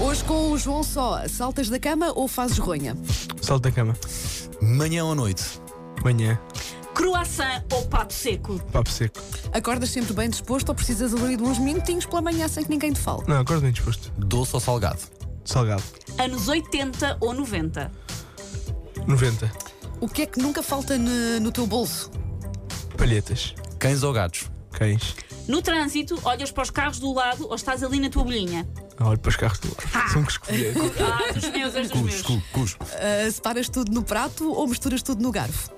Hoje com o João só, saltas da cama ou fazes ronha? Salto da cama. Manhã ou noite? Manhã. Croissant ou pato seco? Papo seco. Acordas sempre bem disposto ou precisas ali de uns minutinhos pela manhã sem que ninguém te fale? Não, acordo bem disposto. Doce ou salgado? Salgado. Anos 80 ou 90? 90. O que é que nunca falta no, no teu bolso? Palhetas. Cães ou gatos? Cães. No trânsito, olhas para os carros do lado ou estás ali na tua bolhinha? Ah, Olho para os carros do lado. São que escolher. Ah, dos meus, és dos Cus, meus. cu, cus. Ah, separas tudo no prato ou misturas tudo no garfo?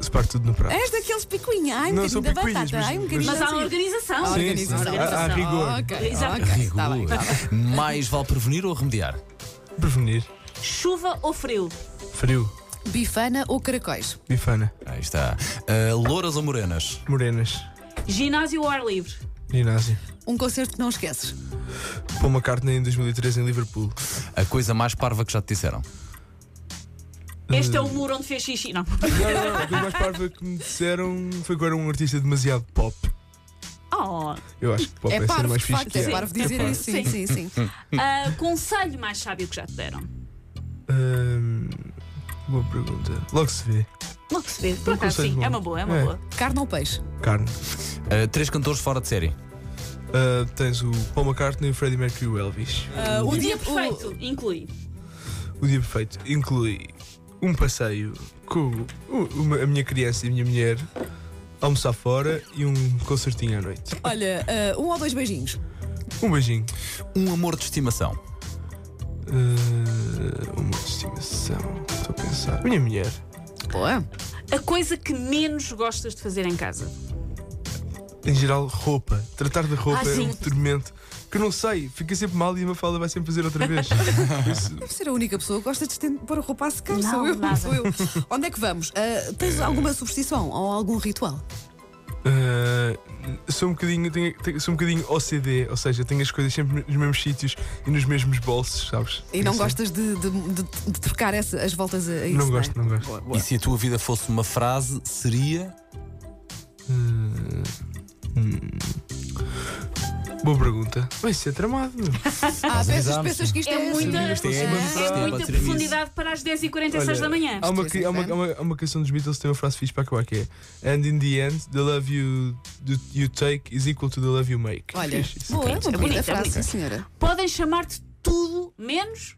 Separo tudo no prato. És daqueles picuinha, ai um Não, sou bocadinho da picuinhas, batata, mas- ai um mas- bocadinho Mas há assim. organização. Ah, Sim, organização. sim, sim. Há- há rigor. Ok, Exato. ok, está Tá bem. Rigor. Mais vale prevenir ou remediar? Prevenir. Chuva ou frio? Frio. Bifana ou caracóis? Bifana. Aí está. Ah, louras ou morenas? Morenas. Ginásio ou ar livre? Ginásio. Um concerto que não esqueces. Paul McCartney em 2013 em Liverpool. A coisa mais parva que já te disseram? Este é o muro onde fez xixi. Não. Não, é não, não. A coisa mais parva Ah, que me disseram foi que eu era um artista demasiado pop. Oh. Eu acho que pop é, É ser parvo, mais de fixe facto, que é é. parvo dizer parvo. isso. Sim, sim, sim. Ah, conselho mais sábio que já te deram? Ahm, boa pergunta. Logo se vê. Logo se vê. Por Um acaso, conselho sim. bom. É uma boa, é uma É. boa. Carne ou peixe? Carne. Ah, três cantores fora de série? Ah, tens o Paul McCartney, o Freddie Mercury e o Elvis. Ah, O dia o- perfeito inclui. O dia perfeito inclui um passeio com o- uma- a minha criança e a minha mulher, almoçar fora e um concertinho à noite. Olha, ah, um ou dois beijinhos. Um beijinho. Um amor de estimação? Ah, uma estimação. Estou a pensar. Minha mulher. Boa. A coisa que menos gostas de fazer em casa? Em geral, roupa. Tratar de roupa Ah, é sim. um tormento que eu não sei. Fica sempre mal e a Mafalda vai sempre fazer outra vez. Isso- Deve ser a única pessoa que gosta de estend- pôr a roupa a secar. Não, sou eu, nada. sou eu. Onde é que vamos? Ah, tens alguma superstição ou algum ritual? Ah, sou um bocadinho tenho- tenho- sou um bocadinho OCD, ou seja, tenho as coisas sempre nos mesmos sítios e nos mesmos bolsos, sabes? E não Isso. gostas de, de, de- de trocar essa- as voltas a, a isso? Não é? gosto, não gosto. Boa, boa. E se a tua vida fosse uma frase, seria? Ah, hum. Boa pergunta. Vai ser tramado. meu. Ah, pensas, avisámos. pensas que isto é, É muita, assim? isto é- é isto é muita bater nisso. profundidade para as 10h46 Olha, da manhã. Há uma, Isto é cri- há, uma, há, uma, há uma canção dos Beatles que tem uma frase fixe para acabar que é And in the end, the love you, do- you take is equal to the love you make. Olha, Fixe isso. é boa, uma bonita bonita, frase, bonita. sim, senhora. Podem chamar-te tudo menos.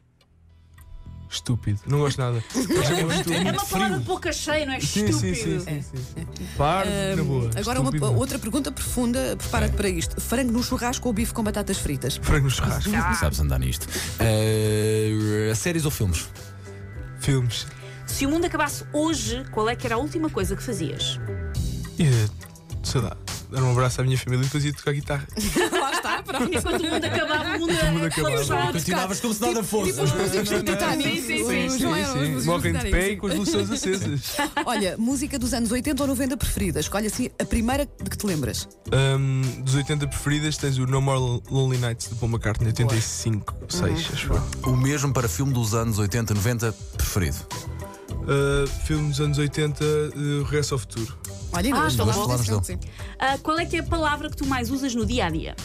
Estúpido. Não gosto nada. Chama-me É estúpido. uma palavra boca cheia, não é? Sim, sim, sim, Estúpido. sim, sim, sim. Parvo, na boa. É. Hum, Agora Estúpido, uma- não. outra pergunta profunda, prepara-te para isto. Frango no churrasco ou bife com batatas fritas? Frango no churrasco. Não sabes andar nisto. Ah, séries ou filmes? Filmes. Se o mundo acabasse hoje, qual é que era a última coisa que fazias? E, eh, sei lá, dar um abraço à minha família e depois ia tocar guitarra. Lá está, pronto. Enquanto o mundo acabava, o mundo, mundo acabava. Continuavas como se nada fosse. Ah, Tipo os músicos do Titanic. Sim, sim, O sim, João era os músicos do Morrem de Titanic, pé sim. e com as luzes acesas. Olha, música dos anos 80 ou 90 preferida. Escolhe assim a primeira de que te lembras. Ahm, dos 80 preferidas tens o No More Lonely Nights de Paul McCartney, 85, 6, acho eu. tipo- O mesmo para filme dos anos 80, 90, preferido. Ah, filme dos anos 80, eh, Regresso ao Futuro. Olha, ainda Ah, hoje boa, falámos falámos disso, dele. sim. Ah, qual é que é a palavra que tu mais usas no dia a dia?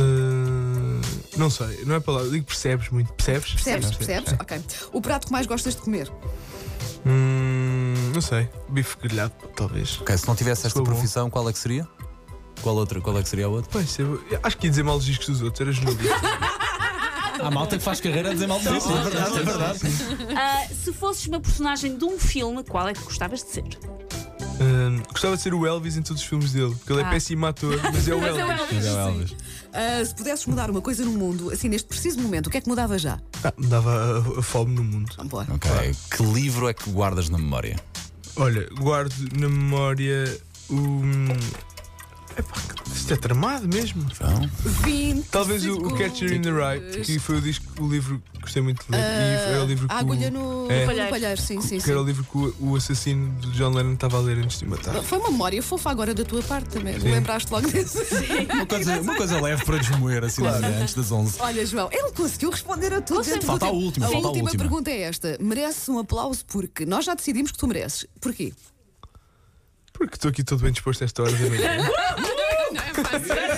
Ah, não sei, não é palavra, digo percebes muito. Percebes? Percebes? Não sei. Percebes? Ok. O prato que mais gostas de comer? Hum, não sei, bife grelhado, talvez. Ok, se não tivesse esta Foi bom. profissão, qual é que seria? Qual outra? Qual é que seria a outra? Pois, eu- acho que ia dizer mal os discos dos outros, era jornalista. Há malta que faz carreira a dizer mal disso. É verdade, é verdade. Ah, se fosses uma personagem de um filme, qual é que gostavas de ser? Hum, gostava de ser o Elvis em todos os filmes dele, porque ele é Ah. péssimo ator, mas é o Elvis. Ah, se pudesses mudar uma coisa no mundo, assim, neste preciso momento, o que é que mudava já? Ah, me dava a, a fome no mundo. Vamos embora. Ok, que livro é que guardas na memória? Olha, guardo na memória o. hum, Epá, isto é tramado mesmo. Então, 20 Talvez o, o segundos. Catcher in the Rye, que foi o, disco, o livro que gostei muito de ler. e era o livro que Ah, o- a agulha no, É. no palheiro. sim, sim. que era o sim. livro que o, o assassino de John Lennon estava a ler antes de o matar. Foi uma memória fofa agora da tua parte também. Sim. Lembraste logo disso? uma, coisa, uma coisa leve para desmoer assim antes das 11. Olha, João, ele conseguiu responder a tudo. dentro do Falta a tempo. última, A falta a última última. pergunta é esta: merece um aplauso porque nós já decidimos que tu mereces. Porquê? Porque estou aqui todo bem disposto a esta hora da manhã. Não é fácil.